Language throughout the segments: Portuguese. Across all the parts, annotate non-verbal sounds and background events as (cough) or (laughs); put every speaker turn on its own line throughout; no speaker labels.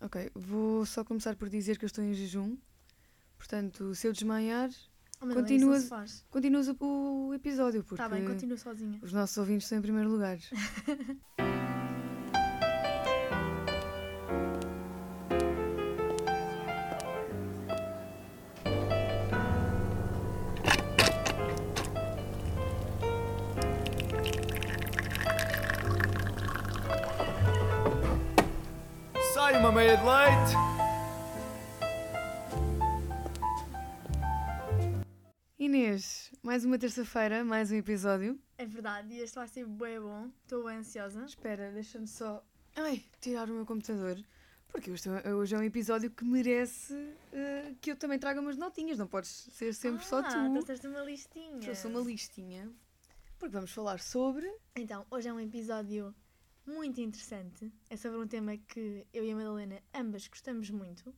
Ok, vou só começar por dizer que eu estou em jejum. Portanto, se eu desmaiar,
Oh, Madalena,
Continuas-
isso não se faz.
continuas o- o episódio, porque
Tá bem, continua sozinha.
os nossos ouvintes estão em primeiro (laughs) lugar.
Sai uma meia de leite!
Inês, mais uma terça-feira, mais um episódio.
É verdade, e este vai ser bem bom. Estou bem ansiosa.
Espera, deixa-me só Ai, tirar o meu computador. Porque hoje, é- hoje é um episódio que merece eh, que eu também traga umas notinhas. Não podes ser sempre só
ah,
tu.
trouxeste uma listinha.
Trouxe uma listinha. Porque vamos falar sobre.
Então, hoje é um episódio muito interessante. É sobre um tema que eu e a Madalena ambas gostamos muito.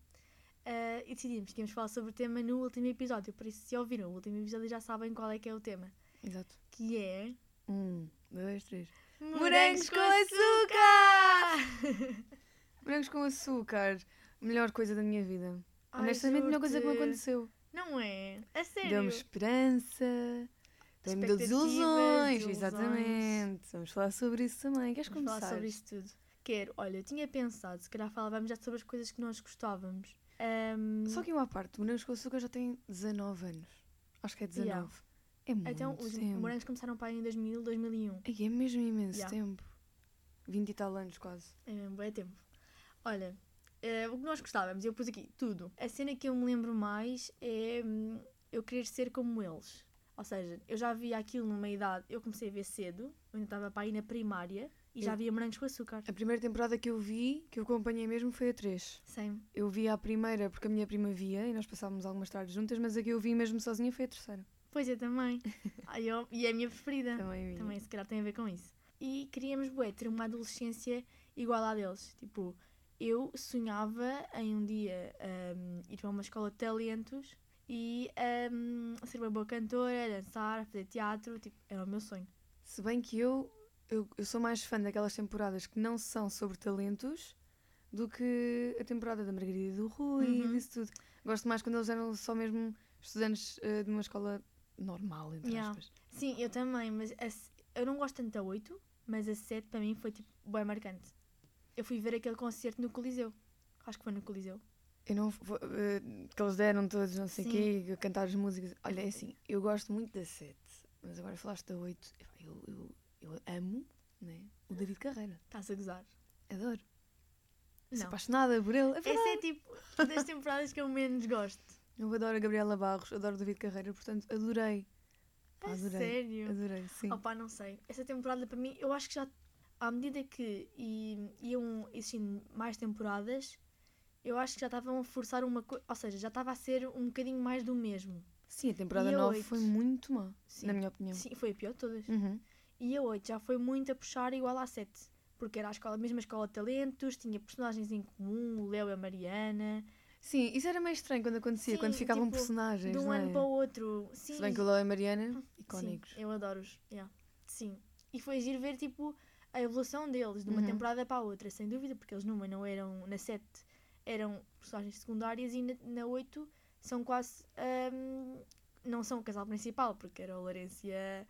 Ah, e decidimos que íamos falar sobre o tema no último episódio. Por isso, se ouviram o último episódio, já sabem qual é que é o tema.
Exato.
Que é...
Um, dois, três.
Morangos com
açúcar! Morangos com açúcar. Melhor coisa da minha vida.
Ai,
Honestamente, a melhor coisa que me
juro-te.
aconteceu.
Não é? A sério?
Deu-me esperança. Deu-me deu
Expectativas,
desilusões.
ilusões.
Exatamente. Vamos falar sobre isso também. Queres
Vamos
começar?
falar sobre isso tudo. Quero, olha, eu tinha pensado, se calhar falávamos já sobre as coisas que nós gostávamos. Ahm,
Só que uma parte, morangos com açúcar já tem 19 anos. Acho que é 19.
Yeah.
É muito
então, os
tempo.
morangos começaram para aí em 2000, 2001.
Ai, É mesmo imenso
Yeah.
tempo. 20 e tal anos quase.
É mesmo, bué tempo. Olha, eh, o que nós gostávamos, eu pus aqui tudo. A cena que eu me lembro mais é hum, eu querer ser como eles. Ou seja, eu já via aquilo numa idade, eu comecei a ver cedo, eu ainda estava para aí na primária, e já
Eu-
via morangos com açúcar.
A primeira temporada que eu vi, que eu acompanhei mesmo, foi a 3.
Sem.
Eu vi a primeira porque a minha prima via e nós passávamos algumas tardes juntas, mas a que eu vi mesmo sozinha foi a terceira.
Pois
(laughs)
é, também. Ai, eu- e é a minha preferida.
Também vi.
Também se calhar tem a ver com isso. E queríamos, bué, ter uma adolescência igual à deles. Tipo, eu sonhava em um dia ahm, ir para uma escola de talentos e ahm, ser uma boa cantora, dançar, fazer teatro. Tipo, era o meu sonho.
Se bem que eu, eu, eu sou mais fã daquelas temporadas que não são sobre talentos do que a temporada da Margarida e do Rui
Uhum.
e disso tudo. Gosto mais quando eles eram só mesmo estudantes eh, de uma escola normal, entre
Yeah.
aspas.
Sim, eu também, mas a se- eu não gosto tanto da 8, mas a 7 para mim foi, tipo, bem marcante. Eu fui ver aquele concerto no Coliseu. Acho que foi no Coliseu.
Eu não. vou- eh, que eles deram todos, não sei o quê, a cantar as músicas. Olha, é assim, eu gosto muito da 7, mas agora falaste da 8. Epá, Eu, eu, eu amo né, o David Carreira.
Estás a gozar?
Adoro. Sou
Não.
apaixonada por ele. É verdade.
Essa é, tipo, das temporadas que eu menos gosto.
Eu adoro a Gabriela Barros, adoro o David Carreira, portanto, adorei. Pá,
A
adorei.
sério?
Adorei, sim.
Opá, não sei. Essa temporada para mim, eu acho que já, à medida que i- iam existindo mais temporadas, eu acho que já estavam a forçar uma coisa, ou seja, já estava a ser um bocadinho mais do mesmo.
Sim, a temporada
E a
9
oito?
foi muito má,
Sim.
na minha opinião.
Sim, foi a pior de todas.
Uhum.
E a 8 já foi muito a puxar igual à 7, porque era a, escola, a mesma escola de talentos, tinha personagens em comum, o Léo e a Mariana,
Sim, isso era meio estranho quando acontecia,
Sim,
quando ficavam
tipo,
personagens.
de um
não é?
ano para o outro. Sim,
Se bem que o Léo e a Mariana,
Sim,
icónicos.
eu adoro-os. yeah. Sim. E foi giro ver, tipo, a evolução deles de uma
Uhum.
temporada para a outra, sem dúvida, porque eles numa não eram, na 7 eram personagens secundárias e na, na 8 são quase. ahm, não são o casal principal, porque era o Lourenço e a,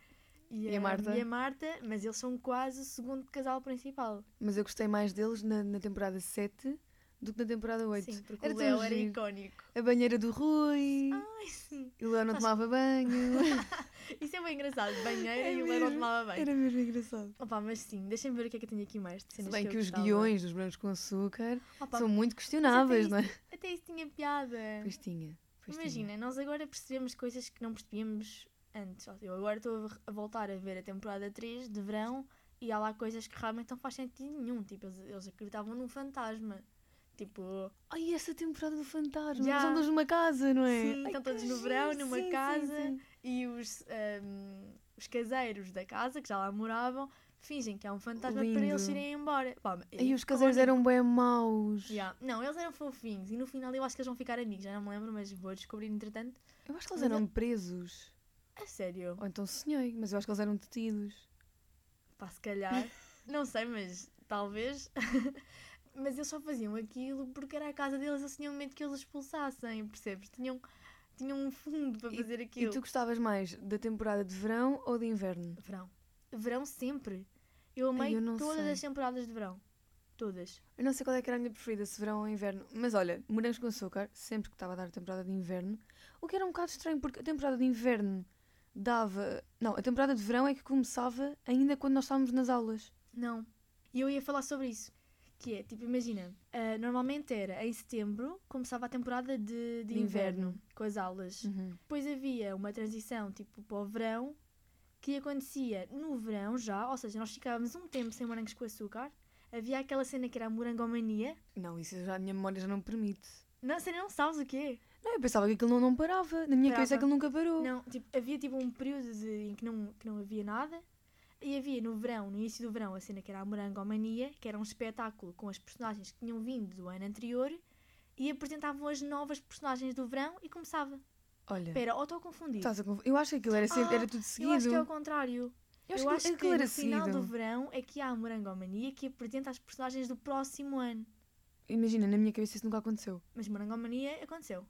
e
E a Marta.
e a Marta, mas eles são quase o segundo casal principal.
Mas eu gostei mais deles na, na temporada 7 do que na temporada 8.
Sim, porque o
tão
Léo era
giro.
icónico.
A banheira do Rui,
Ai, sim.
e o Léo não
Sabes-
tomava
(laughs)
banho.
Isso é bem engraçado, banheira
É
e o Léo não
mesmo.
tomava bem.
era mesmo engraçado.
Opa, mas sim, deixem-me ver o que é que eu tenho aqui mais. de
Se
cenas
bem que,
eu
os
gostava.
guiões dos brancos com açúcar
Opa,
são muito questionáveis,
isso
não é?
Até isso tinha piada.
Pois tinha. pois tinha.
Imagina, nós agora percebemos coisas que não percebíamos antes. Ou seja, Eu agora estou a ver- a voltar a ver a temporada 3 de verão e há lá coisas que realmente não faz sentido nenhum. Tipo, eles, eles acreditavam num fantasma. Tipo,
Ai, essa temporada do fantasma.
Já.
Eles andam numa casa, não é?
Sim,
Ai,
estão
que
todos no
giro,
verão, numa
sim, sim,
casa.
sim.
e os, ahm, os caseiros da casa que já lá moravam fingem que há um fantasma para eles
Lindo.
irem embora. Pá, é
E os caseiros
icónico.
eram bem maus.
(laughs) Yeah. Não, eles eram fofinhos e no final eu acho que eles vão ficar amigos, já não me lembro, mas vou descobrir entretanto.
Eu acho que eles
Mas
eram presos.
A sério.
Ou então sonhei, mas eu acho que eles eram detidos. (laughs)
Pá, se calhar. Não sei, mas talvez. (laughs) Mas eles só faziam aquilo porque era a casa deles, eles tinham medo que eles expulsassem, percebes? Tinham, tinham um fundo para
E-
fazer
E
aquilo.
tu gostavas mais da temporada de verão ou de inverno?
Verão. Verão sempre. Eu amei
eu não
todas
sei.
as temporadas de verão. Todas.
Eu não sei qual é que era a minha preferida, se verão ou inverno. Mas olha, morangos com açúcar, sempre que estava a dar a temporada de inverno, o que era um bocado estranho, porque a temporada de inverno dava. Não, a temporada de verão é que começava ainda quando nós estávamos nas aulas.
Não. E eu ia falar sobre isso. Que é, tipo, imagina, ah, normalmente era em setembro, começava a temporada de, de
De
inverno,
inverno.
com as aulas. Depois havia uma transição, tipo, para o verão, que acontecia no verão já, ou seja, nós ficávamos um tempo sem morangos com açúcar. Havia aquela cena que era a morangomania.
Não, isso eu já, a minha memória já não me permite.
Não, você não sabes o quê?
Não, eu pensava que aquilo não, não parava. Na minha
Parava.
cabeça aquilo nunca parou.
Não, tipo, havia tipo um período de- em que não, que não havia nada. E havia no verão, no início do verão, a cena que era a Morangomania, que era um espetáculo com as personagens que tinham vindo do ano anterior e apresentavam as novas personagens do verão e começava.
Olha,
Espera, ou estou a confundir?
estás a conf... eu acho que aquilo era, sempre,
Ah,
era tudo
(gasps) Eu acho
Tá seguido.
que é ao contrário.
Eu acho
eu
que
acho que
aquilo era
no final
seguido.
do verão é que há a Morangomania que apresenta as personagens do próximo ano.
Imagina, na minha cabeça isso nunca aconteceu.
Mas Morangomania aconteceu.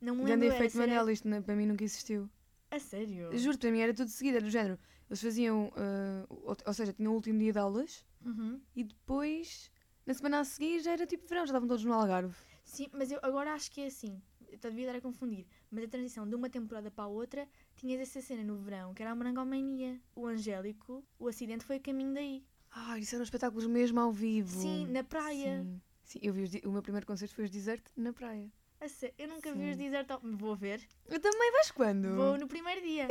Não me
Grande
lembro
efeito
essa era-
Mandela, isto na- para mim nunca existiu.
A sério?
Juro, para mim era tudo seguido, era do género. Eles faziam, ah, ou, ou seja, tinham o último dia de aulas
Uhum.
e depois, na semana a seguir, já era tipo verão, já estavam todos no Algarve.
Sim, mas eu agora acho que é assim. Eu te devia estar a confundir. Mas a transição de uma temporada para a outra, tinhas essa cena no verão, que era a morangomania. O Angélico, o acidente foi a caminho daí.
Ah, isso eram espetáculos mesmo ao vivo.
Sim, na praia.
Sim. Sim, eu vi os di- o meu primeiro concerto foi os Desert na praia.
A sé- eu nunca vi
Sim.
os Desert Top. Vou ver.
Eu também vais quando?
Vou no primeiro dia.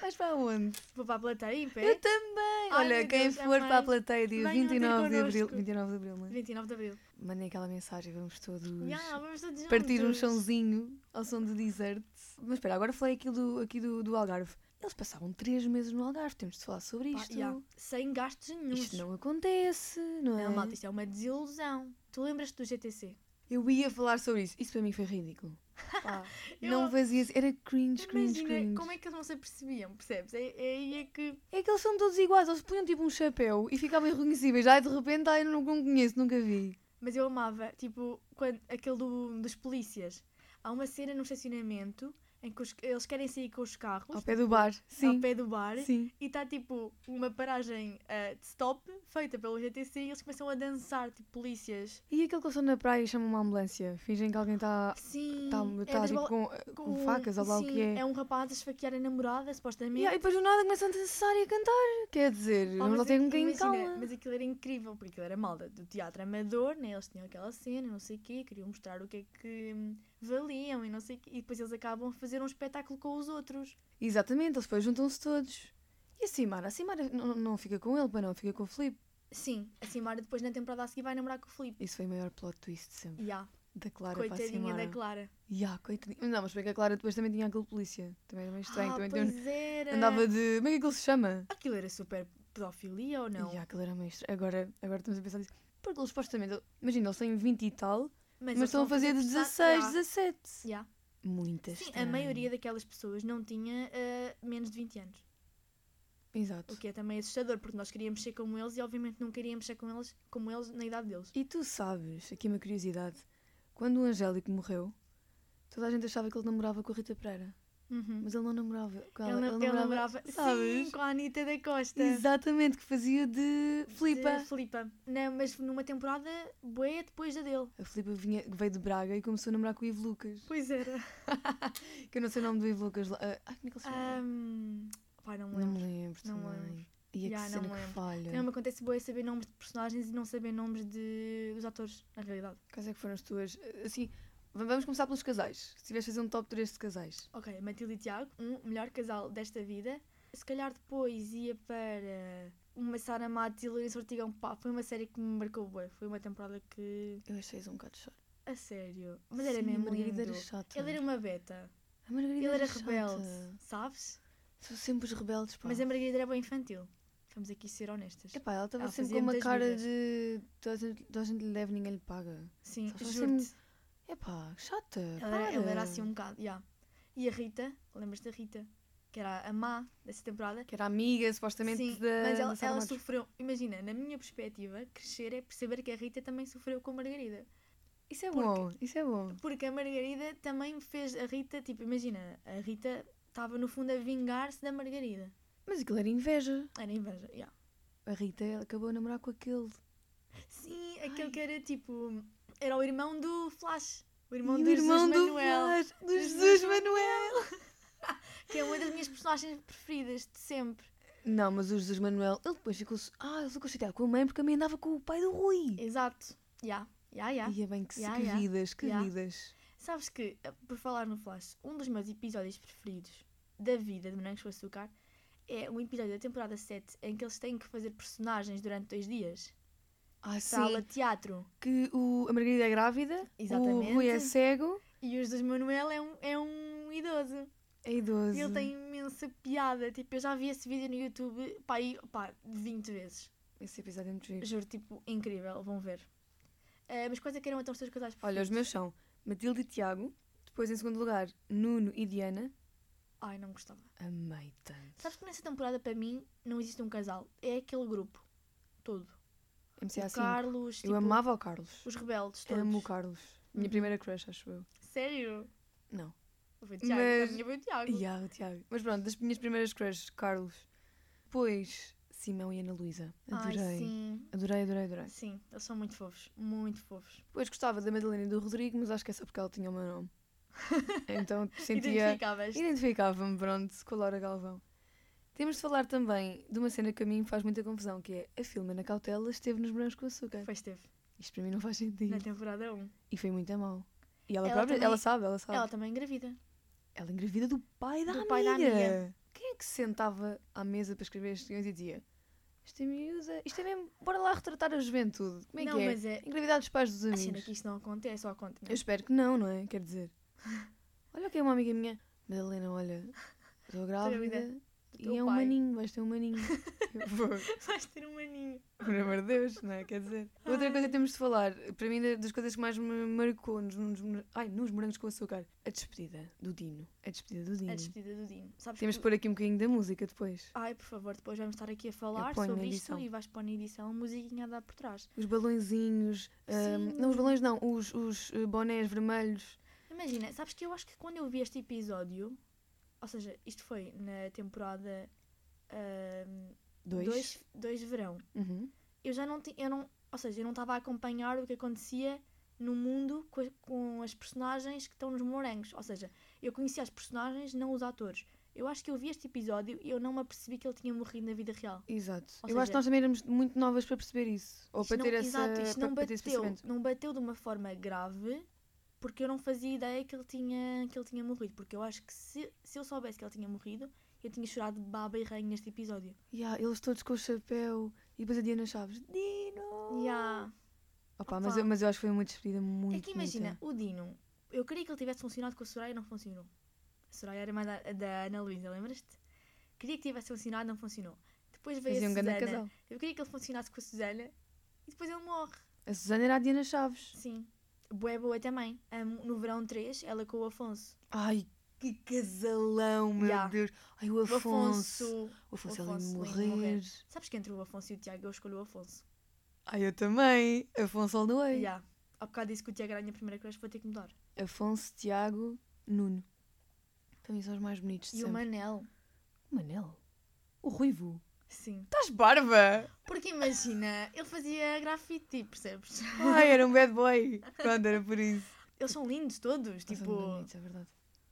Vais para onde?
Vou para a plateia em pé.
Eu também.
Ai,
Olha,
meu
quem
Deus,
for para a
também.
plateia dia
Venham ter
29 de abril,
connosco.
29 de abril, não é?
29 de Abril.
Mandem aquela mensagem, vamos todos
Ya, vamos todos juntos.
partir um chãozinho ao som do desert. Mas espera, agora falei aqui do, aqui do, do Algarve. Eles passavam três meses no Algarve, temos de falar sobre
Pá,
isto.
ya, Sem gastos nenhum.
Isto não acontece, não é?
Não, malta, isto é uma desilusão. Tu lembras-te do GTC?
Eu ia falar sobre isso. Isso para mim foi ridículo. (laughs) Pá,
Eu-
não fazia Era cringe, cringe,
Imagina
cringe.
como é que eles não se apercebiam, percebes? É, é aí é que
É que eles são todos iguais. Eles punham tipo um chapéu e ficavam irreconhecíveis. Ai, de repente, ai, eu não, não conheço, nunca vi.
Mas eu amava, tipo, quando, aquele do- dos polícias. Há uma cena no estacionamento em que os- eles querem sair com os carros
Ao pé do bar.
ao
Sim.
pé do bar
Sim.
e está tipo uma paragem ah, de stop feita pelo GTC e eles começam a dançar, tipo, polícias.
E aquele que eles estão na praia e chamam uma ambulância. Fingem que alguém está.
Sim,
Tá,
é
tá,
das
tipo
bal-
com, com facas ou lá o
sim,
que é.
um rapaz a esfaquear a namorada, supostamente.
Yeah, e depois do nada começam a dançar e a cantar. Quer dizer,
Oh,
vamos lá
mas
ter
eu-
um bocadinho de
imagina,
calma.
Mas aquilo era incrível, porque aquilo era malda do teatro amador, né? eles tinham aquela cena, não sei o quê, queriam mostrar o que é que hum, valiam e não sei o quê, e depois eles acabam a fazer um espetáculo com os outros.
Exatamente, eles depois juntam-se todos. E a Simara? A Simara não, não fica com ele, para não, fica com o Filipe.
Sim, a Simara depois na temporada a seguir vai namorar com o Filipe.
Isso foi o maior plot twist de sempre.
E há,
Da Clara para a
coitadinha
Simara.
da Clara.
Ya, coitadinha. Não, mas bem que a Clara depois também tinha aquele polícia. Também era meio estranho.
ah,
também tinha- um
pois era.
então, Andava de. Como é que aquilo se chama?
Aquilo era super pedofilia ou
Não.
não?
aquilo era meio estranho. Agora, agora estamos a pensar nisso. Porque eles supostamente. Imagina, eles têm 20 e tal, mas,
eles
estão a fazer de 16,
personagem-
17.
Yeah.
Muitas.
Sim, a maioria daquelas pessoas não tinha ah, menos de 20 anos.
Exato.
O que é também assustador, porque nós queríamos ser como eles e obviamente não queríamos ser com eles, como eles na idade deles.
E tu sabes, aqui uma curiosidade, quando o Angélico morreu, toda a gente achava que ele namorava com a Rita Pereira.
Uhum.
Mas ele não namorava com
Ele,
ela.
ele namorava
sabes?
sim, com a Anitta da Costa.
Exatamente, que fazia de Flipa.
De Flipa. Não, mas numa temporada boa depois da dele.
A Flipa vinha, veio de Braga e começou a namorar com o Ivo Lucas.
Pois era.
Que eu não sei o nome do Ivo Lucas lá. ah, Ai, como é que ele se chama?
Ahm, pá, não me
não
lembro.
me lembro
Não me
também.
lembro.
E a
Já,
que
não
cena
me
que
lembro.
falha.
Não me acontece boa saber nomes de personagens e não saber nomes de, dos atores, na realidade.
Quais é que foram as tuas? Assim, v- vamos começar pelos casais. Se tiveres de fazer um top 3 de casais.
Ok, Matilde e Tiago, um o melhor casal desta vida. Se calhar depois ia para uma Sara Matos e Lourenço Ortigão. Pá, foi uma série que me marcou bué. Foi uma temporada que...
Eu achei-os um bocado chato.
A sério. Mas era
Sim,
mesmo
a Margarida
lindo.
era chata.
Ele era uma beta.
A Margarida
Ele era
chata.
rebelde, sabes?
São sempre os rebeldes, pá.
Mas é a Margarida era bem infantil. Vamos aqui ser honestas.
Epá, ela estava
Ela
sempre
fazia
com uma
muitas
cara
birras.
de toda a, gente, toda a gente lhe deve, ninguém lhe paga.
Sim,
Só fazia
juro-te.
Epá, chata.
Ela, era- assim um
para.
ela era assim um bocado, já. E a Rita, lembras-te da Rita? que era a má dessa temporada.
Que era amiga, supostamente,
Sim,
da.
mas ela,
da Sara
ela
Matos.
sofreu. Imagina, na minha perspectiva, crescer é perceber que a Rita também sofreu com a Margarida. Isso é bom.
Bom, isso é bom.
Porque a Margarida também fez a Rita, tipo, imagina, a Rita estava no fundo a vingar-se da Margarida.
Mas aquilo era inveja.
Era inveja, yeah.
A Rita ela acabou a namorar com aquele.
Sim, aquele que era tipo. Era o irmão do Flash. O irmão
E
do
o irmão
Jesus
do
Manuel.
Vaz, do
Jesus
Jesus Manuel.
Que é uma das minhas personagens preferidas de sempre.
Não, mas o Jesus Manuel, ele depois ficou. Ah, ele ficou chateado com a mãe porque a mãe andava com o pai do Rui.
Exato. Ya, ya, ya.
E é bem que, se-
Yeah,
que
yeah.
vidas, que
Yeah.
vidas.
Sabes que, eh, por falar no Flash, um dos meus episódios preferidos da vida de Morangos com Açúcar é um episódio da temporada 7 em que eles têm que fazer personagens durante dois dias.
Ah,
Sala
sim.
de teatro.
Que o, a Margarida é grávida, o Rui é
Exatamente.
cego,
E os dos Manuel é um, é um idoso.
é idoso.
E ele tem imensa piada. Tipo, eu já vi esse vídeo no YouTube, pá, aí, pá, 20 vezes.
Esse episódio é muito giro.
Juro, tipo, incrível. Vão ver. Eh, mas quais é que eram então os teus casais preferidos?
Olha, os meus são Matilde e Tiago, depois em segundo lugar Nuno e Diana.
Ai, não gostava.
Amei tanto.
Sabes que nessa temporada, para mim, não existe um casal. É aquele grupo. Todo.
MCA
o
5.
Carlos, tipo,
Eu amava o Carlos.
os rebeldes todos.
Amo o Carlos. Minha
Uhum.
primeira crush, acho eu.
Sério?
Não.
Foi o Tiago.
Mas-
a minha foi o Tiago.
Yeah, o Tiago. Mas pronto, das minhas primeiras crushes, Carlos. Depois, Simão e Ana Luísa.
Ai,
Adorei.
sim.
Adorei, adorei, adorei.
Sim, eles são muito fofos. Muito fofos.
Depois gostava da Madalena e do Rodrigo, mas acho que é só porque ela tinha o meu (laughs) nome. Então sentia.
Identificáveis.
Identificava-me, pronto, com a Laura Galvão. Temos de falar também de uma cena que a mim faz muita confusão, que é a filma na cautela esteve nos brancos com açúcar.
Pois teve.
Isto para mim não faz
Na
sentido.
temporada 1.
E foi muito a mal. E ela,
Ela
própria,
também-
ela sabe, ela sabe.
Ela
Ela,
também engravida.
engravida do pai da
Do
amiga.
pai da amiga.
Quem é que se sentava à mesa para escrever estes guiões e dizia isto é miúda, isto é mesmo, bora lá retratar a juventude. Como é
não,
que é?
mas é.
Engravidar dos pais dos
A cena é
amigos.
que isto não acontece, só acontece.
Eu espero que não, não é? Quer dizer. Olha o que é uma amiga minha. Madalena, olha, estou grávida
teu
e é um
pai.
maninho, vais ter um maninho. (laughs) Eu vou,
(laughs) Vais ter um maninho.
por amor de Deus, não é? Quer dizer. Outra coisa que temos de falar, para mim, da- das coisas que mais me marcou nos, nos- ai, nos morangos com açúcar, a despedida do Dino. A despedida do Dino.
A despedida do Dino. Sabes
Temos de
que-
pôr aqui um bocadinho da música depois.
Ai, por favor, depois vamos estar aqui a falar
ponho na
sobre
edição.
isto e vais pôr na edição a musiquinha a dar por trás.
Os balõezinhos. ahm,
Sim.
não, os balões não, os, os eh, bonés vermelhos.
Imagina, sabes que eu acho que quando eu vi este episódio, ou seja, isto foi na temporada 2
Dois.
dois, dois de verão,
Uhum.
eu já não tinha, eu não, ou seja, eu não estava a acompanhar o que acontecia no mundo co- com, as personagens que estão nos morangos, ou seja, eu conhecia as personagens, não os atores. Eu acho que eu vi este episódio e eu não me apercebi que ele tinha morrido na vida real.
Exato.
Ou
eu acho
seja-
que nós também éramos muito novas para perceber isso. Ou
Isto
para
não-
ter essa.
exato, isto
para,
não
para ter esse
bateu,
pensamento.
não bateu de uma forma grave porque eu não fazia ideia que ele tinha, que ele tinha morrido. Porque eu acho que se, se eu soubesse que ele tinha morrido, eu tinha chorado de baba e rainha neste episódio.
Ya, eles todos com o chapéu e depois a Diana Chaves. Dino!
Ya.
Opa, mas,
Opa.
eu, mas eu acho que foi uma despedida muito.
É que imagina, o Dino, eu queria que ele tivesse funcionado com a Soraya e não funcionou. A Soraya era mais da, da Ana Luísa, lembras-te? Queria que tivesse funcionado, não funcionou. Depois veio
Fazia um
a
grande
Susana.
casal.
Eu queria que ele funcionasse com a Susana e depois ele morre.
A Susana era a Diana Chaves.
Sim. Boa boa também. Amo- No verão 3, ela com o Afonso.
Ai, que casalão, meu
Ya.
Deus. Ai, o
O
Afonso.
Afonso.
O Afonso,
o Afonso
ali
ali
morrer.
morrer. Sabes que entre o Afonso e o Tiago eu escolho o Afonso.
Ai, eu também. Afonso all the way.
Já. Há bocado disse que o Tiago era a minha primeira crush, vou ter que mudar.
Afonso, Tiago, Nuno. Para mim são os mais bonitos de
E o
sempre.
Manel.
O Manel? O Ruivo?
Sim.
Estás barba!
Porque imagina, ele fazia grafite, percebes?
Ai, era um bad boy. Pronto, era por isso.
Eles são lindos todos.
Tipo...
Tipo,
é verdade.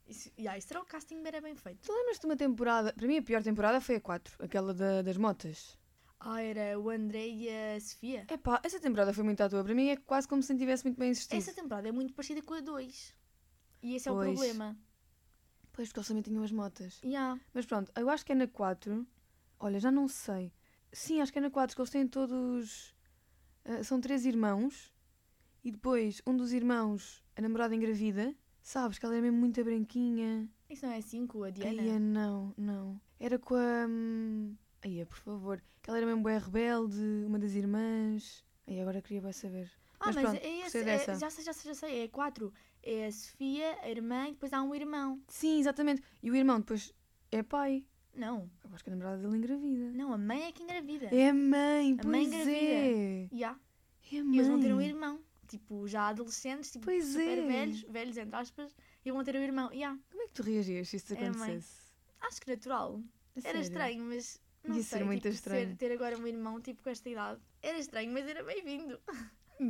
isso, yeah, isso era o casting era bem feito.
Tu lembras-te de uma temporada? Para mim, a pior temporada foi a 4, aquela da- das motas.
Ah, era o André e a Sofia.
Epá, essa temporada foi muito à toa. Para mim, é quase como se não tivesse muito bem existido.
Essa temporada é muito parecida com a 2. E esse é o
Pois.
problema.
Pois, porque eles também tinham as motas.
Yeah.
Mas pronto, eu acho que é na 4. Olha, já não sei. Sim, acho que é na 4, que eles têm todos. ah, são três irmãos. E depois, um dos irmãos, a namorada engravida. Sabes que ela era mesmo muito branquinha.
Isso não é 5, a Diana.
Aia, não, não. Era com a. hum, Aia, por favor. Que ela era mesmo bué rebelde, uma das irmãs. Aí agora queria bem saber.
Ah,
Mas
mas,
pronto,
é esse.
gostei
é-
dessa.
já sei, já sei, já sei. É 4. É a Sofia, a irmã e depois há um irmão.
Sim, exatamente. E o irmão depois é pai.
Não,
Eu acho que a namorada dele engravida.
não, a mãe é que engravida.
É a mãe,
A
pois
mãe
é.
E há.
É a
E
mãe.
eles vão ter um irmão. Tipo, já adolescentes, tipo,
Pois
super
é.
velhos, velhos entre aspas, e vão ter um irmão. E há.
Como é que tu reagias se isso
É a mãe.
acontecesse?
Acho que natural.
A
Era
sério?
estranho, mas. Não
Ia
sei,
ser muito
tipo,
estranho.
ter agora um irmão, tipo, com esta idade. Era estranho, mas era bem-vindo.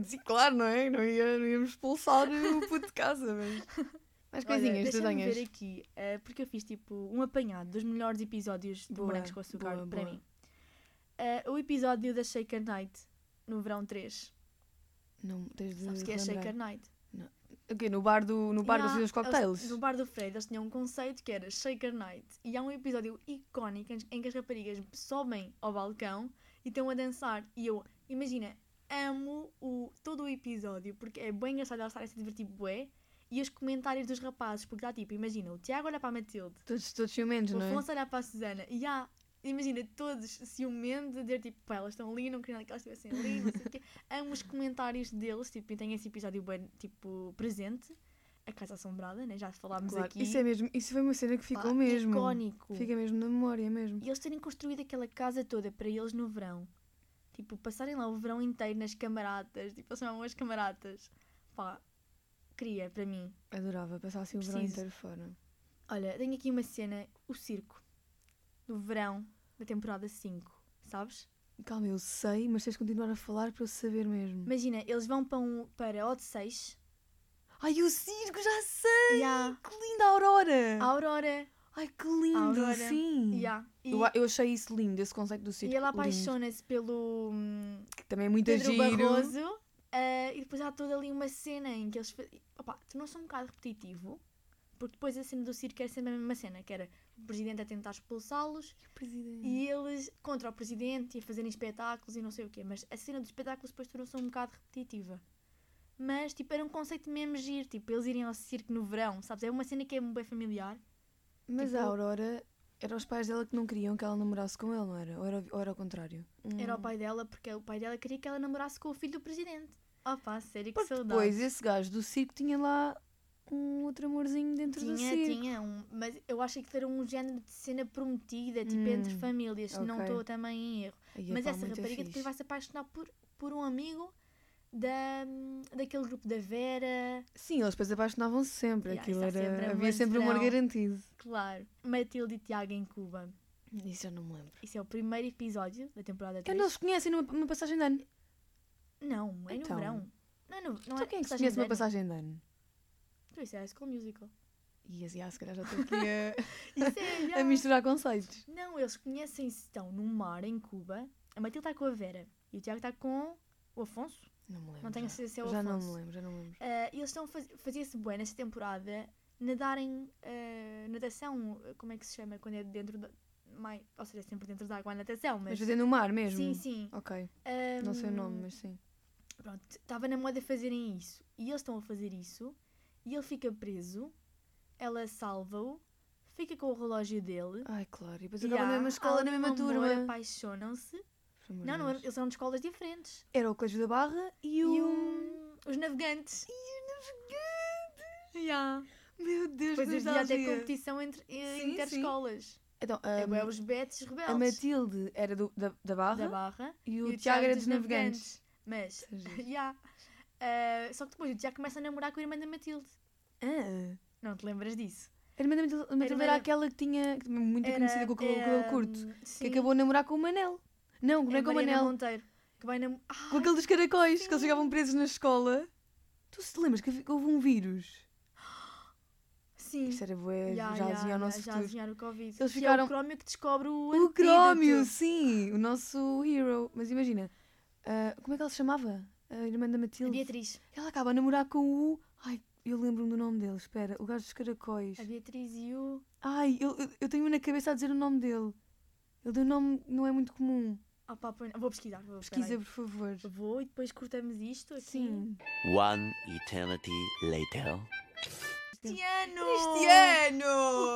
Sim, claro, não é? Não, ia, não íamos expulsar
(laughs)
o puto de casa, mas. Mais coisinhas,
Olha,
tu
deixa-me
tenhas.
ver aqui, eh, porque eu fiz tipo um apanhado dos melhores episódios de
Boa,
Morangos com Açúcar
boa,
para
boa.
mim. Eh, o episódio da Shaker Night, no verão 3.
Não, tens de.
Sabes o que é
relembrar.
Shaker Night?
Ok, no bar do, no bar
E há-
dos seus cocktails.
eles- No bar do Fred, eles tinham um conceito que era Shaker Night. E há um episódio icónico em, em que as raparigas sobem ao balcão e estão a dançar. E eu, imagina, amo o, todo o episódio, porque é bem engraçado elas estarem a se divertir bué. E os comentários dos rapazes, porque dá tipo, imagina, o Tiago olha para a Matilde.
Todos, todos ciumentos,
O
não é?
Afonso Tipo, olhar para a Susana e há, imagina, todos ciumentos a dizer tipo, pá, elas estão ali, não queria nada que elas estivessem ali, não sei o
(laughs)
quê. Amo os comentários deles, tipo, e tem esse episódio bem, tipo, presente. A Casa Assombrada, né? Já falámos
Claro,
aqui.
Isso, Ah, é mesmo, isso foi uma cena que
Pá, é
ficou mesmo.
Icónico.
Fica mesmo na memória, é mesmo.
E eles terem construído aquela casa toda para eles no verão. Tipo, passarem lá o verão inteiro nas camaratas, tipo, eles chamavam as camaratas. Pá, queria, para mim.
Adorava passar assim o verão
Preciso.
inteiro fora.
Olha, tenho aqui uma cena, o circo, do verão, da temporada 5, sabes?
Calma, eu sei, mas tens de continuar a falar para eu saber mesmo.
Imagina, eles vão para, um, para Odisseis
Ai, o circo, já sei!
e há
Que linda a Aurora!
a Aurora.
Ai, que lindo,
Aurora.
sim!
E, há, e,
Eu, eu achei isso lindo, esse conceito do
e
circo.
ela
lindo.
apaixona-se pelo hum,
Que também é muito
Pedro
giro.
Barroso. ah, e depois há toda ali uma cena em que eles. fa- Opa, tornou-se um bocado repetitivo, porque depois a cena do circo era sempre a mesma cena, que era o presidente a tentar expulsá-los
Presidente.
e eles contra o presidente e a fazerem espetáculos e não sei o quê. Mas a cena dos espetáculos depois tornou-se um bocado repetitiva. Mas, tipo, era um conceito mesmo giro, tipo, eles irem ao circo no verão, sabes? É uma cena que é bem familiar.
Mas a
tipo-
Aurora, eram os pais dela que não queriam que ela namorasse com ele, não era? Ou era, ou era o contrário? Hum.
Era o pai dela, porque o pai dela queria que ela namorasse com o filho do presidente. Opa, sério, que
Porque
saudade.
depois esse gajo do circo tinha lá um outro amorzinho dentro do
tinha,
circo.
tinha. Um, mas eu acho que era um género de cena prometida, tipo, entre
Hum,
famílias, se não
ok.
estou também em erro.
Ai,
mas
epá,
essa
muito
rapariga
fixe.
depois vai se apaixonar por, por um amigo da, daquele grupo da Vera,
Sim, eles depois apaixonavam-se sempre.
Yeah,
Aquilo
isso há
era...
sempre é amor
havia
de
sempre um amor
verão.
garantido.
claro, Matilde e Tiago em Cuba.
Isso eu não me lembro.
Isso é o primeiro episódio da temporada
Eu
3.
não se conhecem numa, numa passagem de ano.
Não, é no
Então.
verão. Não é no não
então
é
quem é que se conhece
passagem de
numa
ano.
passagem de ano?
Isso é a School Musical.
E assim, ah, se calhar já (laughs) estou aqui a,
Isso é,
a
yeah.
misturar conceitos.
Não, eles conhecem-se, estão num mar em Cuba. A Matilde está com a Vera e o Tiago está com o Afonso.
Não me lembro.
não tenho a
já.
certeza se é o
Já não
Afonso.
me lembro, já não me lembro.
Ah, e eles estão a faz fazer-se bem nesta temporada, nadarem, ah, natação, ah, como é que se chama quando é dentro da. Mai, ou seja, é sempre dentro da água a natação,
Mas
mas.
fazer no mar mesmo?
sim, sim.
Ok,
Ah,
não sei o nome, mas sim.
Pronto, estava na moda fazerem isso. E eles estão a fazer isso. E ele fica preso. Ela salva-o. Fica com o relógio dele.
Ai, claro. E depois
e
acaba
há
na mesma escola, na
algum
mesma
amor,
turma.
Apaixonam-se.
Por amor de
Não, não,
Deus.
eles eram de escolas diferentes.
Era o Colégio da Barra e
E um-
o...
o- os navegantes. Yeah.
(laughs) Meu Deus,
Depois
que
havia até
nostalgia.
competição entre eh,
Sim,
interescolas.
Então,
É bué
a,
os betes
a
rebeldes
Matilde era do- da, da Barra
da Barra
e o Tiago era dos Navegantes.
Mas,
Isso é giro.
(laughs) yeah. Ah, só que depois o Tiago começa a namorar com a irmã da Matilde.
Ah,
Não te lembras disso?
a irmã da Matilde, a Matilde
irmã
era
da-
aquela que tinha... que também Muito
Era-
conhecida com o cabelo- cabelo
era,
curto. Que
sim,
acabou a namorar com o Manel. Não, não é
a
com o
Mariana
Manel.
Monteiro. Que vai nam- Ah,
Com aquele dos caracóis, que eles
sim.
ficavam presos na escola. Tu se lembras que havia- que houve um vírus?
sim.
Isto era bué,
Yeah,
É, já
yeah,
desenhar o
yeah,
nosso
já
futuro.
adivinhar o Covid.
Eles
Que é
ficaram-
o crómio que descobre o
O Crómio,
antídoto.
sim, o nosso hero. Mas imagina, ah, como é que ela se chamava? A irmã da
A
Matilde.
Beatriz.
Ela acaba a namorar com o. Ai, eu lembro-me do nome dele, espera, o gajo dos caracóis.
A Beatriz e o...
Ai, eu, eu- eu tenho na cabeça a dizer o nome dele. Ele deu um nome, não é muito comum.
Ah pá, põe- vou pesquisar. Vou,
Pesquisa,
peraí.
por favor.
Vou e depois cortamos isto aqui.
Sim.
One eternity later.
Cristiano!
Oh, Cristiano!
O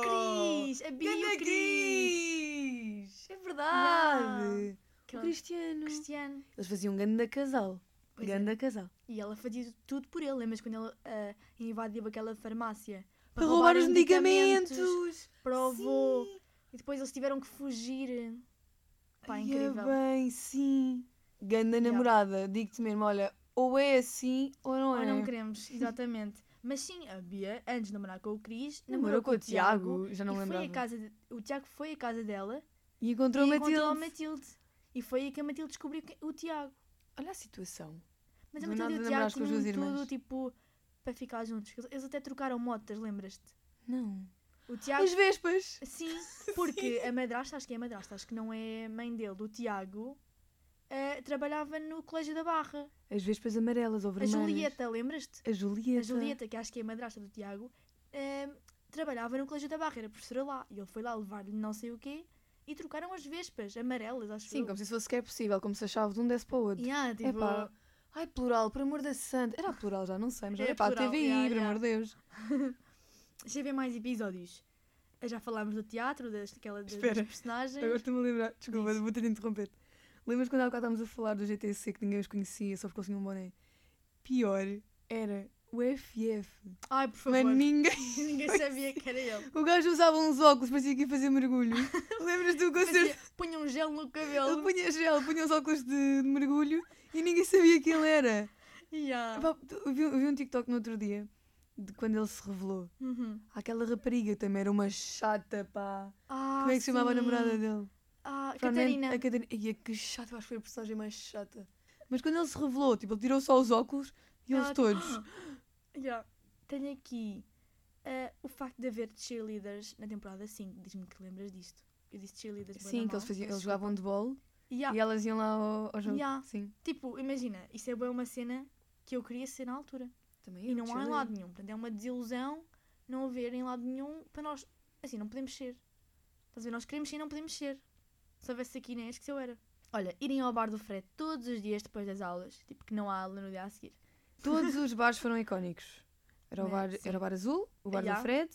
Cris! A Bia e o Cris!
Cris! É verdade! O
Aquela-
Cristiano.
é
é.
Cristiano.
Eles faziam um ganda casal.
Pois é.
ganda casal.
E ela fazia tudo por ele. Lembras quando ela ah, invadiu aquela farmácia?
Para roubar os medicamentos!
Provou.
Sim.
E depois eles tiveram que fugir. Pá,
Ai, é
incrível.
bem, sim. Ganda namorada, digo-te mesmo, olha, ou é assim ou não é.
Ou não queremos, exatamente. Mas sim, a Bia, antes de namorar com o Cris,
Namorou com o Tiago, já não
e foi
lembrava.
a casa de- o Tiago foi à casa dela
E encontrou a
e encontrou a
Matilde.
Matilde. E foi aí que a Matilde descobriu que- o Tiago.
Olha a situação.
Mas a
Do
Matilde e
nada namoraste
o Tiago
com as
tinham
duas irmãs.
tudo, tipo, para ficar juntos. Eles- Eles até trocaram motas, lembras-te?
Não.
O Tiago...
As vespas.
Sim,
assim.
porque a madrasta, acho que é a madrasta, acho que não é mãe dele, do Tiago, eh, trabalhava no Colégio da Barra.
As vespas amarelas ou vermelhas.
A Julieta, lembras-te?
A Julieta.
A Julieta, que acho que é a madrasta do Tiago, eh, trabalhava no Colégio da Barra, era professora lá. E ele foi lá levar-lhe não sei o quê e trocaram as vespas amarelas, acho
Sim,
eu.
como se isso fosse sequer possível, como se a chave de um desse para o outro.
Yeah, tipo,
Epá. Ai, plural, por amor da santa. Era plural, já não sei, mas
Era
era para a
É plural,
TVI,
yeah,
por
yeah.
amor de Deus.
Deixa eu ver mais episódios. Eh, Já falámos do teatro, das, daquela, das,
Espera.
das personagens.
Agora estou-me a lembrar, desculpa, vou ter de interromper. Lembras quando há bocado estávamos a falar do GTC que ninguém os conhecia só porque eles tinham um boné? Pior era o FF.
Ai, por favor.
Mas ninguém.
(laughs) Ninguém sabia que
(laughs)
era ele.
O gajo usava uns óculos, parecia que ia fazer mergulho.
(laughs)
Lembras do concerto?
Fazia- Punha um gel no
Ele
cabelo.
punha gel, punha uns óculos de, de mergulho e ninguém sabia quem ele era.
Yeah.
Pá, tu- eu vi, eu vi um TikTok no outro dia de quando ele se revelou.
Uhum.
Aquela rapariga que também era uma chata, pá.
Ah,
Como é que se chamava a
sim.
namorada dele?
Ah,
Fernando-
Catarina.
A Catarina. Ia, que chata, eu acho que foi a personagem mais chata. Mas quando ele se revelou, tipo, ele tirou só os óculos e eles
Ah,
todos.
Yeah. Tenho aqui ah, o facto de haver cheerleaders na temporada 5. Diz-me que lembras disto. Eu disse cheerleaders. bué da
Sim, que
mal,
eles, faziam,
peço
eles jogavam de bola
desculpa. Yeah.
e elas iam lá ao, ao jogo.
Yeah.
Sim.
Tipo, imagina, isso é bem uma cena que eu queria ser na altura.
Também
E
eu,
não há em
cheerleader.
(laughs) lado nenhum. Portanto, é uma desilusão não haver em lado nenhum para nós. Assim, não podemos ser. Estás a ver? Nós queremos ser e não podemos ser. Se houvesse aqui, nem acho que eu era. Olha, irem ao bar do Fred todos os dias depois das aulas. Tipo, que não há aula no dia a seguir.
Todos os bares foram icónicos. Era o
Né?
bar,
Sim.
era o bar azul, o bar
Yeah.
do Fred,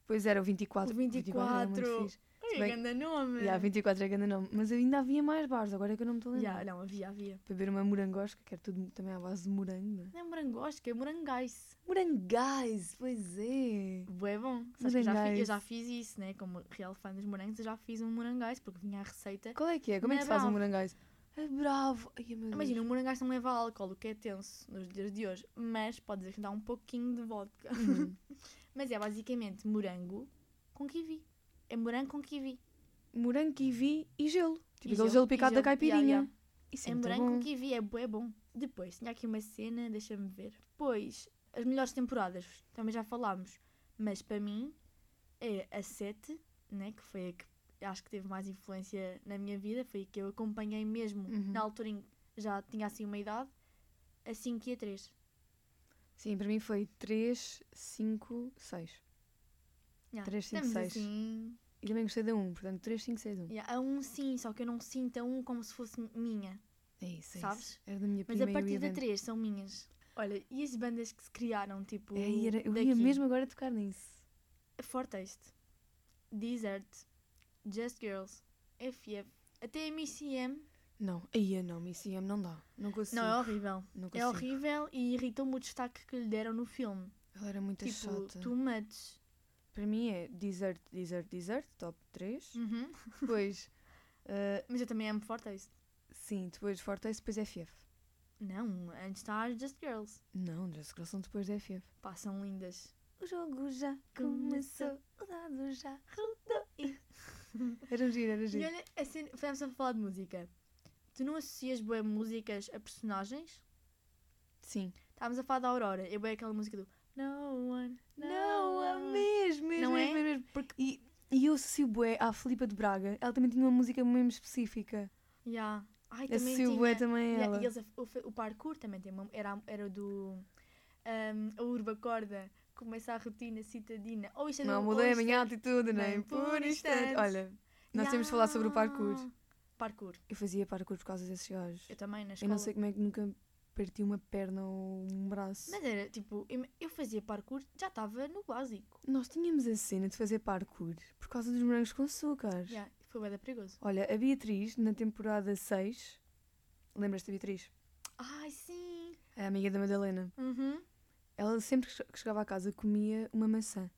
depois era o 24.
O
era muito
24.
fixe.
Ai,
bem-
grande nome!
Yeah, 24 é grande nome. Mas ainda havia mais bares, agora é que eu não me estou a lembrar.
Yeah, não, havia, havia.
Para beber uma morangosca, que era tudo também à base de morango. não é?
Não é morangosca, é morangais.
Morangais, pois é.
Bué bom. Sabes que eu, já fiz, eu
Morangais.
já fiz isso, né? Como real fã dos morangos, eu já fiz um morangais, porque vinha a receita.
Qual é que é? Como é
Não
que
é
se faz um
bravo.
morangais? É bravo. Ai, meu Deus.
Imagina, o morangais não leva álcool, o que é tenso nos dias de hoje, mas pode dizer que dá um pouquinho de vodka.
Uhum.
(laughs) Mas é basicamente morango com kiwi. É morango com kiwi.
um morango, kiwi e gelo. Tipo
E
aquele
gelo,
gelo
e
picado da
gelo. Yeah,
caipirinha.
yeah.
Isso é,
É
muito
morango
bom.
com kiwi, é bué bom. Depois, tinha aqui uma cena, deixa-me ver. Depois, as melhores temporadas, também já falámos, mas para mim é a 7, né, que foi a que acho que teve mais influência na minha vida, foi a que eu acompanhei mesmo
Uhum.
na altura em que já tinha assim uma idade, a 5 e a 3.
Sim, para mim foi 3, 5, 6.
Yeah,
Três, cinco,
estamos
seis.
Assim,
E também gostei da 1, portanto 3, 5, 6, 1.
yeah, a 1 um, sim, só que eu não sinto a 1 um como se fosse minha.
É isso, é
Sabes?
isso. Era da minha
Mas
prima
a
e o
partir da
Ivandro.
3 são minhas. Olha, e as bandas que se criaram, tipo.
É, era- eu
daqui?
ia mesmo agora tocar nisso.
Fortaste, é Desert, Just Girls, FF, até MCM.
Não, aí eu não, Missy M não dá. Não consigo.
Não, é horrível.
Não
É
consigo.
horrível e irritou-me o destaque que lhe deram no filme.
Ela era muito
tipo,
Tá chata.
too much.
Para mim é Desert, Desert, Desert, top 3.
Uhum.
Depois, (laughs) ah,
Mas eu também amo é Fortaste.
sim, depois Fortace, depois é FF.
Não, antes está as Just Girls.
Não, Just Girls são depois da FF.
Pá, são lindas.
O jogo já
começou,
o dado já (laughs) Era giro, era
E
giro.
olha, assim, estamos a falar de música. Tu não associas boas músicas a personagens?
Sim.
Estávamos a falar da Aurora. Eu bem aquela música do No One, No,
Não, é
One.
mesmo, mesmo,
Não
mesmo,
é?
mesmo, mesmo. E, e eu associo bué à Filipa de Braga. Ela também tinha uma música mesmo específica.
Yeah. Ai, também
Associo bué
tinha.
também a
Yeah,
ela.
e eles, o, fe- o parkour também tem uma, era, era do ahm, a Urba Corda começa a rotina citadina. Ou isto é
Não
do-
mudei
ou
a
isto
minha atitude nem
nem
por
por
instante.
instante.
Olha, nós temos de falar sobre o parkour.
Yeah. Parkour.
Eu fazia parkour por causa desses gajos.
Eu também na
Eu
escola.
não sei como é que nunca perdi uma perna ou um braço.
Mas era tipo, eu, eu fazia parkour, já estava no básico.
Nós tínhamos a cena de fazer parkour por causa dos morangos com açúcar.
Yeah, Foi bem perigoso.
Olha, a Beatriz, na temporada 6, lembras-te da Beatriz?
Ai, sim.
A amiga da Madalena.
Uhum.
Ela sempre que che- que chegava à casa comia uma maçã.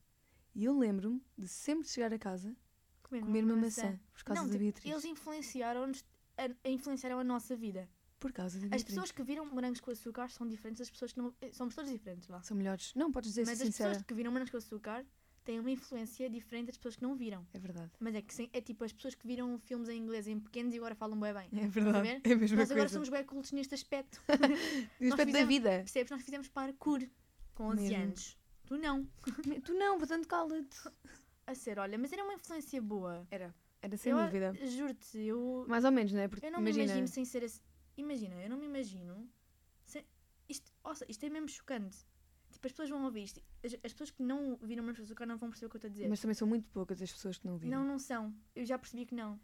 E eu lembro-me de sempre chegar a casa
comer,
comer uma maçã, por causa
não,
da
tipo,
Beatriz.
eles influenciaram-nos, a- a, influenciaram a nossa vida.
Por causa da
As
Beatriz.
pessoas que viram morangos com açúcar são diferentes das pessoas que não. eh, Somos todos diferentes, vá.
São melhores. Não, podes dizer
Mas as
ser sincera.
pessoas que viram morangos com açúcar têm uma influência diferente das pessoas que não viram.
É verdade.
Mas é que sem- é tipo as pessoas que viram filmes em inglês em pequenos e agora falam bem bem.
(laughs) É
Estás a
verdade.
ver?
É a mesma
Nós
coisa.
agora somos bem cultos neste aspecto.
No aspecto da
fizemos-
vida.
Percebes? Nós fizemos parkour com 11
Mesmo.
anos. Tu não.
Tu não, portanto cala-te.
A ser, olha, mas era uma influência boa.
Era. Era sem
Eu a-
dúvida.
Juro-te, eu,
Mais ou menos, não é? Porque
eu não
imagina.
me imagino sem ser assim. Imagina, eu não me imagino. Sem... Isto, ouça, isto é mesmo chocante. Tipo, as pessoas vão ouvir isto. As, as pessoas que não viram Manos Açúcar não vão perceber o que eu estou a dizer.
Mas também são muito poucas as pessoas que não viram.
não, não são. Eu já percebi que não.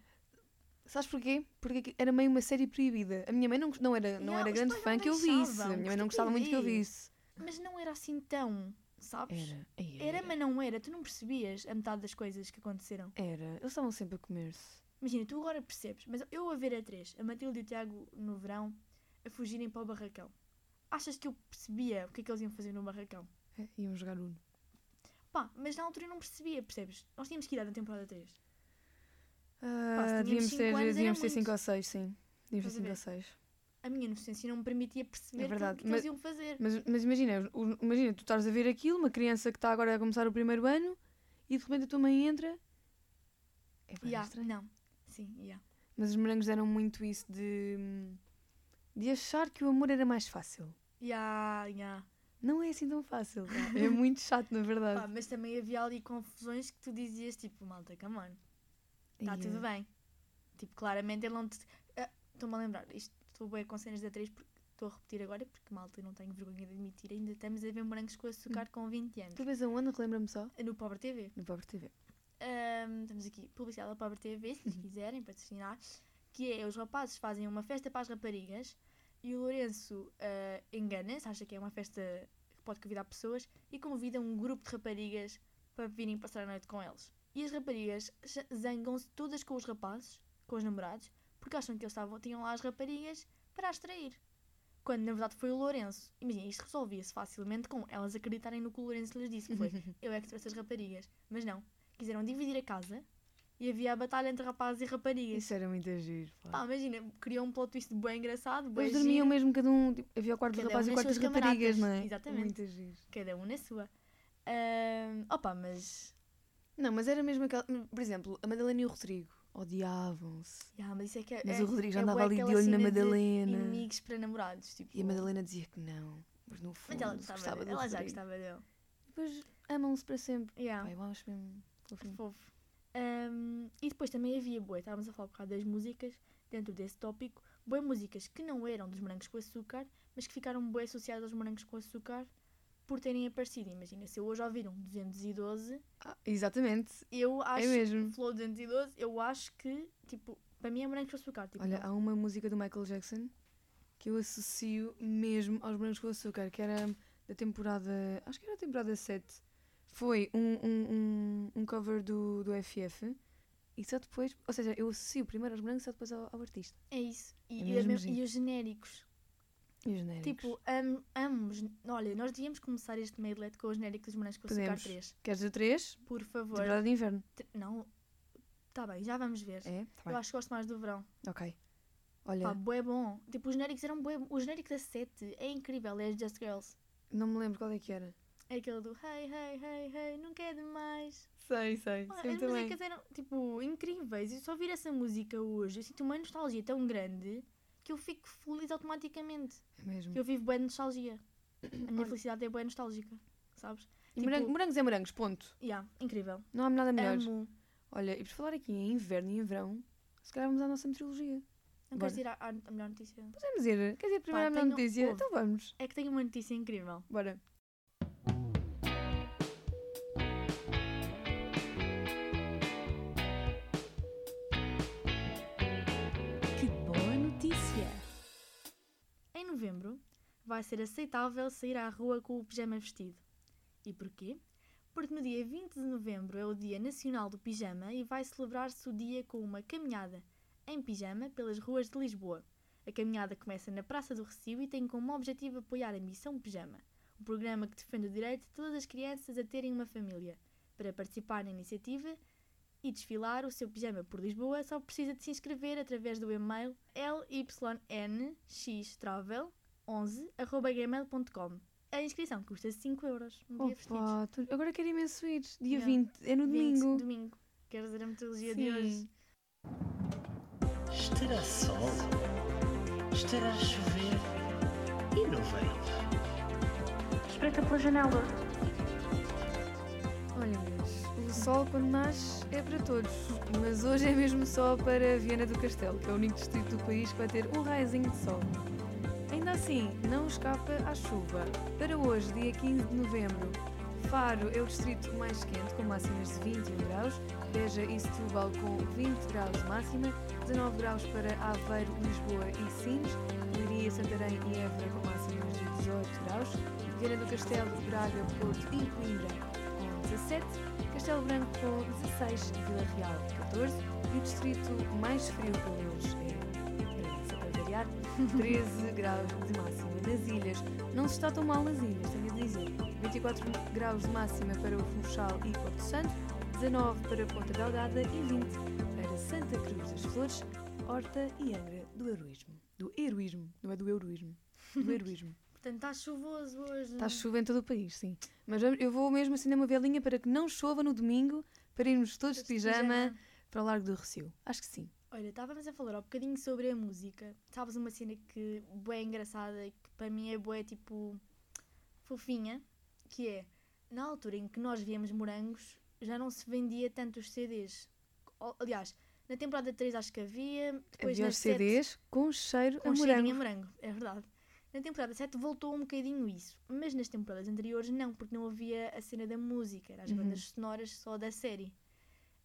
Sabes porquê? Porque aqui- era meio uma série proibida. A minha mãe não, gos- não era, não
Não,
era
os
grande
pais
fã
não
que eu visse. A
deixavam,
minha
que é
mãe não gostava muito que eu
estupidez.
visse.
Mas não era assim tão, sabes?
Era.
Era, mas não era. Tu não percebias a metade das coisas que aconteceram.
Era. Eles estavam sempre a comer-se.
Imagina, tu agora percebes, mas eu a ver a três, a Matilde e o Tiago no verão, a fugirem para o barracão. Achas que eu percebia o que é que eles iam fazer no barracão?
É, Iam jogar Uno.
Pá, mas na altura eu não percebia, percebes? Nós tínhamos que ir na temporada 3.
Ah,
se tínhamos
devíamos
cinco
ter,
anos, era
devíamos ter
muito.
5 ou 6, sim. Devíamos
Estás a
ter 5 ou
ver?
6.
A minha inocência não me permitia perceber
É
aquilo
verdade,
que, que
mas-
eles iam fazer.
Mas, mas imagina, o- o- imagina, tu estás a ver aquilo, uma criança que está agora a começar o primeiro ano e de repente a tua mãe entra. É bem
Ya,
estranho.
não. Sim, ya.
Mas os morangos eram muito isso de, hum, de achar que o amor era mais fácil.
Ya, ya.
Não é assim tão fácil. É muito chato, na verdade.
Pá, mas também havia ali confusões que tu dizias, tipo, malta, come on, está
E,
Tá tudo
eh,
bem. Tipo, claramente ele não te... Ah, Estou-me a lembrar, isto estou bem com cenas da 3 porque estou a repetir agora, porque malta, eu não tenho vergonha de admitir, ainda estamos a ver morangos com açúcar com 20 anos.
Tu vês aonde? Relembra-me só.
No Pobre TV.
No Pobre TV.
Ahm, estamos aqui, publicidade da Pobre TV, se quiserem patrocinar, que é os rapazes fazem uma festa para as raparigas e o Lourenço ah, engana-se, acha que é uma festa que pode convidar pessoas e convida um grupo de raparigas para virem passar a noite com eles. E as raparigas cha- zangam-se todas com os rapazes, com os namorados, porque acham que eles estavam, tinham lá as raparigas para as trair. Quando na verdade foi o Lourenço. Imagina, isto resolvia-se facilmente com elas acreditarem no que o Lourenço lhes disse, que foi eu é que trouxe as raparigas. Mas não, quiseram dividir a casa e havia a batalha entre rapazes e raparigas.
Isso era muito giro. pá.
Pá, imagina, criou um plot twist bem engraçado, bem
Eles dormiam
giro.
mesmo, cada um. tipo, havia o quarto do
Cada
rapaz
um
e o
nas
quarto das
suas
raparigas,
camaradas.
não é?
Exatamente.
Muito giro.
cada um na sua. Ahm, opa, mas.
Não, mas era mesmo aquela. Por exemplo, a Madalena e o Rodrigo odiavam-se.
Ya, mas isso é que é,
Mas
é-
o Rodrigo já
é
andava
bué
ali de
aquela
olho na
cena de
Madalena.
Inimigos para namorados, tipo.
E a Madalena dizia que não. Mas no fundo,
Mas ela,
gostava,
gostava,
do
ela já
Rodrigo.
gostava dele.
Depois amam-se para sempre.
Ya.
Pá, eu acho mesmo. fofinho.
Fofo. Ahm, e depois também havia, boi, estávamos a falar um bocado das músicas, dentro desse tópico, boi músicas que não eram dos morangos com açúcar, mas que ficaram boi associadas aos morangos com açúcar por terem aparecido. Imagina, se eu hoje ouvir um 212,
Ah, exatamente.
eu acho.
É mesmo.
Flow 212, eu acho que, tipo, para mim é morangos com açúcar. Tipo,
Olha, há uma música do Michael Jackson que eu associo mesmo aos Brancos com Açúcar, que era da temporada. Acho que era a temporada 7. Foi um, um, um, um cover do, do FF. E só depois. Ou seja, eu associo primeiro aos brancos e só depois ao, ao artista.
é isso. E,
É
e, é
mesmo
mesmo-
giro.
e os genéricos.
E os genéricos.
Tipo, amo, amo os- Olha, nós devíamos começar este maillet com os genéricos dos morangos com açúcar
Podemos.
3.
Queres o 3?
Por favor.
Temporada de inverno.
Te- Não. Tá bem, já vamos ver.
É? Tá
Eu
bem.
acho que gosto mais do verão.
Ok. Olha,
Pá, bué bom. Tipo, os genéricos eram bué... O genérico da 7 é incrível, é as Just Girls.
não me lembro qual é que era.
É aquele do Hey, hey, hey, hey, nunca é demais.
Sei, sei.
Ah,
sei muito
as
bem.
músicas eram, tipo, incríveis. E só ouvir essa música hoje, eu sinto uma nostalgia tão grande que eu fico feliz automaticamente.
É mesmo.
Eu vivo bué de nostalgia. A minha
Olha.
felicidade é bué nostálgica, sabes?
E morango-
tipo-
morangos é morangos, ponto.
Yeah, incrível.
Não há nada melhor.
Amo.
Olha, e por falar aqui em inverno e em verão, se calhar vamos à nossa meteorologia.
Não
Bora.
queres ir à, à- à melhor notícia?
Podemos ir. Quer dizer, primeiro a melhor
tenho-
notícia?
ouve.
Então vamos.
É que tenho uma notícia incrível.
Bora.
Que boa notícia! Em novembro, vai ser aceitável sair à rua com o pijama vestido. E porquê? Porque no dia 20 de novembro é o Dia Nacional do Pijama e vai celebrar-se o dia com uma caminhada em pijama pelas ruas de Lisboa. A caminhada começa na Praça do Recife e tem como objetivo apoiar a Missão Pijama, um programa que defende o direito de todas as crianças a terem uma família. Para participar na iniciativa, e desfilar o seu pijama por Lisboa, só precisa de se inscrever através do e-mail lynxtravel11.gmail.com. A inscrição custa 5 euros. Um dia vestidos.
Opa, tu- agora quero imenso ir. Dia
Yeah.
20, é no
20
domingo.
domingo. Quero fazer a metodologia de
Sim.
hoje.
Estará sol? Estará a chover? E não veio?
Espreita pela janela.
Olha, mas o sol quando nasce é para todos. Mas hoje é mesmo só para Viana do Castelo, que é o único distrito do país que vai ter um raizinho de sol. Ainda assim, não escapa à chuva. Para hoje, dia 15 de novembro, Faro é o distrito mais quente, com máximas de 21 graus, Beja e Setúbal com 20 graus de máxima, 19 graus para Aveiro, Lisboa e Sines, Leiria, Santarém e Évora com máximas de 18 graus, Viana do Castelo, Braga, Porto e Coimbra com 17, Castelo Branco com 16, Vila Real 14 e o distrito mais frio para eles é Bragança, para variar, 13 graus de máxima nas ilhas. Não se está tão mal nas ilhas, tenho a dizer. 24 graus de máxima para o Funchal e Porto Santo, 19 para Ponta Delgada e 20 para Santa Cruz das Flores, Horta e Angra do Heroísmo. Do heroísmo, não é do euroísmo. Do heroísmo.
Portanto, está chuvoso hoje.
Está Tá chuva em todo o país, sim. Mas vamos- eu vou mesmo assim acender uma velinha para que não chova no domingo, para irmos todos de pijama para o Largo do Recio. Acho que sim.
Olha, estávamos a falar há bocadinho sobre a música. Sabes uma cena que é engraçada e que para mim é bué, tipo, fofinha, que é, na altura em que nós viemos morangos, já não se vendia tanto os CDs. Ou- Aliás, na temporada 3 acho que havia, depois
Havia
na
os
7
CDs com cheiro
com
a
cheirinho
morango.
a morango, é verdade. Na temporada 7 voltou um bocadinho isso, mas nas temporadas anteriores não, porque não havia a cena da música, eram as
Uhum.
bandas sonoras só da série.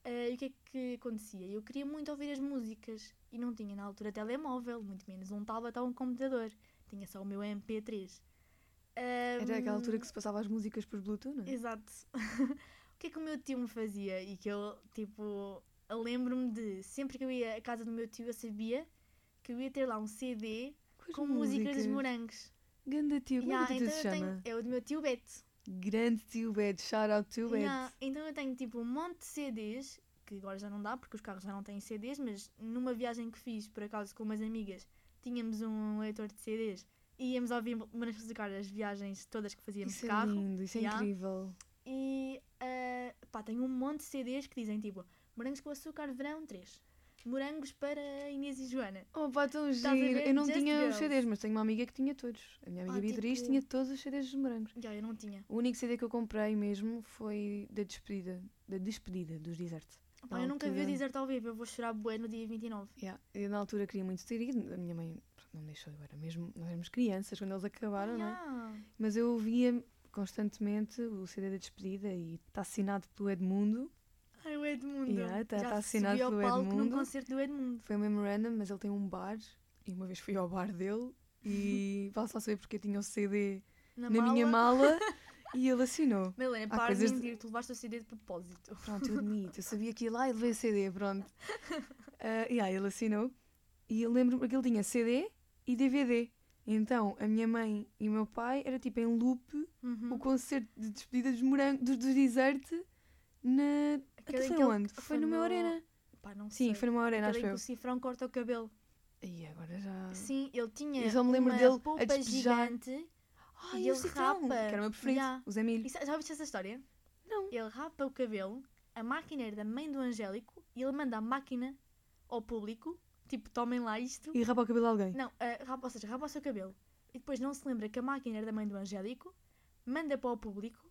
Ah, e o que é que acontecia? Eu queria muito ouvir as músicas e não tinha na altura telemóvel, muito menos um tablet ou um computador. Tinha só o meu MP3.
Era aquela
Ahm,
altura que se passava as músicas por Bluetooth, não é?
Exato. (laughs) o que é que o meu tio me fazia? E que eu, tipo, eu lembro-me de sempre que eu ia à casa do meu tio, eu sabia que eu ia ter lá um CD
Com, as
com músicas dos morangos.
Ganda tio, Hum, como
Yeah,
é que o teu tio se
eu
chama?
tenho, é o do meu tio Beto.
Grande tio Bad, shout out tio Bad.
Yeah, então eu tenho tipo um monte de CDs, que agora já não dá porque os carros já não têm CDs, mas numa viagem que fiz por acaso com umas amigas, tínhamos um leitor de CDs e íamos ouvir Morangos do Carro as viagens todas que fazíamos
Isso
de
é
carro.
lindo, isso é
Yeah.
incrível.
E ah, pá, tenho um monte de CDs que dizem tipo Morangos com Açúcar Verão 3, Morangos para Inês e Joana.
Oh pá, tão
Estás a
giro.
ver?
Eu não
Just
tinha os
Girls.
CDs, mas tenho uma amiga que tinha todos. A minha amiga
Ah,
Beatriz
tipo-
tinha todos os CDs dos morangos.
Já eu não tinha.
O único CD que eu comprei mesmo foi da despedida, da despedida dos desertos.
Pá,
Na
eu nunca vi o
altura-
Deserto ao vivo, eu vou chorar bué no dia 29.
Yeah. Eu na altura queria muito ter ido, a minha mãe pronto, não me deixou, eu era mesmo, nós éramos crianças quando eles acabaram, não é?
Yeah.
Mas eu ouvia constantemente o CD da despedida e está assinado pelo Edmundo,
Ai, o Edmundo.
Yeah, tá-
Já
tá
subi
assinado
ao
pelo
palco num
Edmundo.
concerto do Edmundo.
foi um memorandum, mas ele tem um bar e uma vez fui ao bar dele
(laughs)
e vá só saber porque eu tinha o CD
Na,
na
mala.
minha
(laughs)
mala e ele assinou.
Melena,
Há
para
coisas
de
de-
mentir, tu levaste o CD de propósito.
Pronto, eu admito, eu sabia que ia lá e levei o CD,
(laughs)
pronto. Ah, e aí ele assinou e eu lembro-me que ele tinha CD e DVD. Então a minha mãe e o meu pai era tipo em loop
Uhum.
o concerto de despedida dos morangos dos, dos desert na aquilo
Aquele então
foi
que ele-
onde? Foi,
foi
numa
no-
arena.
Pá, não
Sim,
sei.
foi numa arena,
Aquele
acho
em que
eu.
o cifrão corta o cabelo.
E agora já.
Sim, ele tinha
Eu só me lembro
uma
dele a
polpa
despejar.
gigante.
Ai,
E
e o
ele
cifrão, que
rapa.
era o meu preferido,
Ya.
o Zé Milho.
E sa- já ouviste essa história?
Não.
Ele rapa o cabelo, a máquina era da mãe do Angélico e ele manda a máquina ao público, tipo, tomem lá isto.
E rapa o cabelo de alguém.
Não, ah, rapa, ou seja, rapa o seu cabelo. E depois não se lembra que a máquina era da mãe do Angélico, manda para o público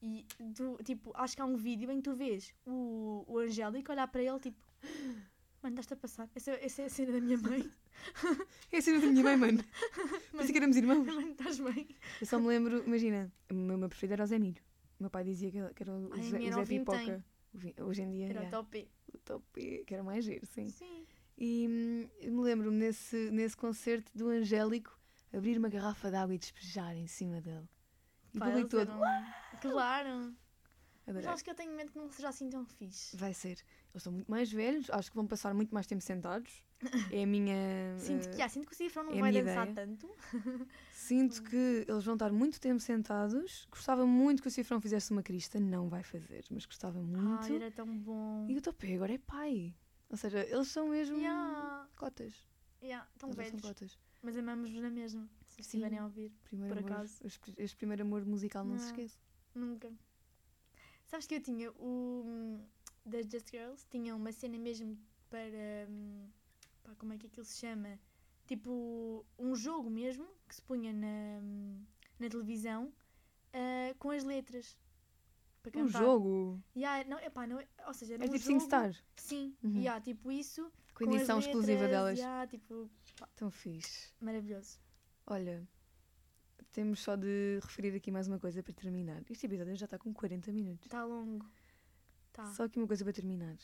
e tu, tipo, acho que há um vídeo em que tu vês o, o Angélico olhar para ele, tipo, mano, estás-te a passar. Essa, essa é a cena da minha mãe.
É a cena da minha mãe, mano. (laughs) Pensei que
(laughs)
éramos irmãos.
mano, estás bem?
Eu só me lembro, imagina, o meu, meu preferido era o Zé Milho. O meu pai dizia que era- que era o
Ai, a
Zé,
minha
o
era
Zé
o Vintém.
Pipoca. O Vin- Hoje em dia,
Era
ya,
top.
o top, que era mais giro, sim.
Sim.
E hum, eu me lembro-me nesse, nesse concerto do Angélico abrir uma garrafa de água e despejar em cima dele. E o
Pá,
público
eles
todo.
eram- Claro. Mas
Adorei.
acho que eu tenho medo que não seja assim tão fixe.
Vai ser. Eles são muito mais velhos, acho que vão passar muito mais tempo sentados. É a minha.
(laughs) Sinto,
eh,
já, sinto que o cifrão não
é a
vai
minha
dançar
ideia.
tanto.
Sinto que eles vão estar muito tempo sentados. Gostava muito que o Cifrão fizesse uma crista. Não vai fazer, mas gostava muito.
Ai, Ah, era tão bom.
E o Topé agora é pai. Ou seja, eles são mesmo
Ya,
cotas.
ya, tão
Eles já são
velhos.
cotas.
Mas amamos-vos na mesma. Se
Sim.
estiverem a ouvir.
Primeiro
Por
amor,
acaso.
este- Este primeiro amor musical não, se
Não.
esquece.
Nunca. Sabes que eu tinha o. hum, Das Just Girls tinha uma cena mesmo para. hum, pá, como é que aquilo se chama? Tipo, um jogo mesmo que se punha na, hum, na televisão ah, com as letras. Para
Um jogo.
Yeah, não, epá, não, ou seja, era
É
É um
tipo
jogo,
SingStar.
Sim,
Uhum.
yeah, tipo isso.
Com
as
edição exclusiva
letras,
delas.
yeah, tipo,
Tão fixe.
maravilhoso.
Olha, temos só de referir aqui mais uma coisa para terminar. Este episódio já está com 40 minutos.
Está longo. Tá.
Só que uma coisa para terminar.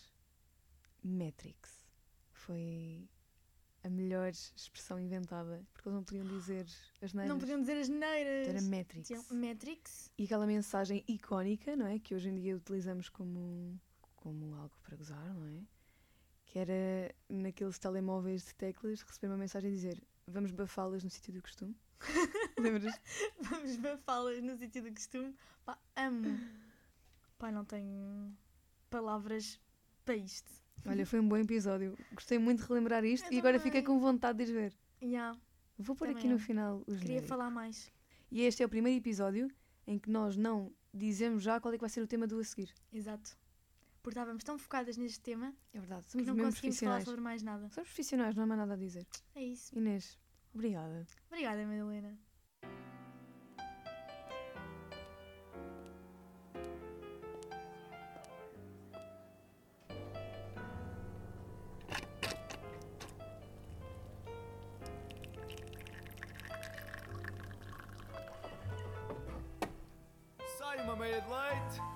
Matrix. Foi a melhor expressão inventada, porque eles não podiam dizer as neiras.
Não podiam dizer as neiras.
Então Era Matrix.
Diziam um Matrix. (laughs)
E aquela mensagem icónica, não é? Que hoje em dia utilizamos como, como algo para gozar, não é? Que era naqueles telemóveis de teclas receber uma mensagem a dizer vamos bafá-las no sítio do costume. (laughs) Lembras?
Vamos bafá-las no sítio do costume. Pá,
(laughs)
amo. Pá, não tenho palavras para isto.
Olha, foi um bom episódio. Gostei muito de relembrar isto
Eu
e agora
também.
fiquei com vontade de ir ver.
Yeah,
Vou pôr
Também
aqui no
eu.
final os
queria
genéricos.
falar mais.
E este é o primeiro episódio em que nós não dizemos já qual é que vai ser o tema do a seguir.
Exato. Porque estávamos tão focadas neste tema
É verdade,
que
somos
não
mesmo
conseguimos falar
profissionais.
sobre mais nada.
Somos profissionais, não há mais nada a dizer.
É isso.
Inês, obrigada.
Obrigada, Madalena.
Saio, mama, made light.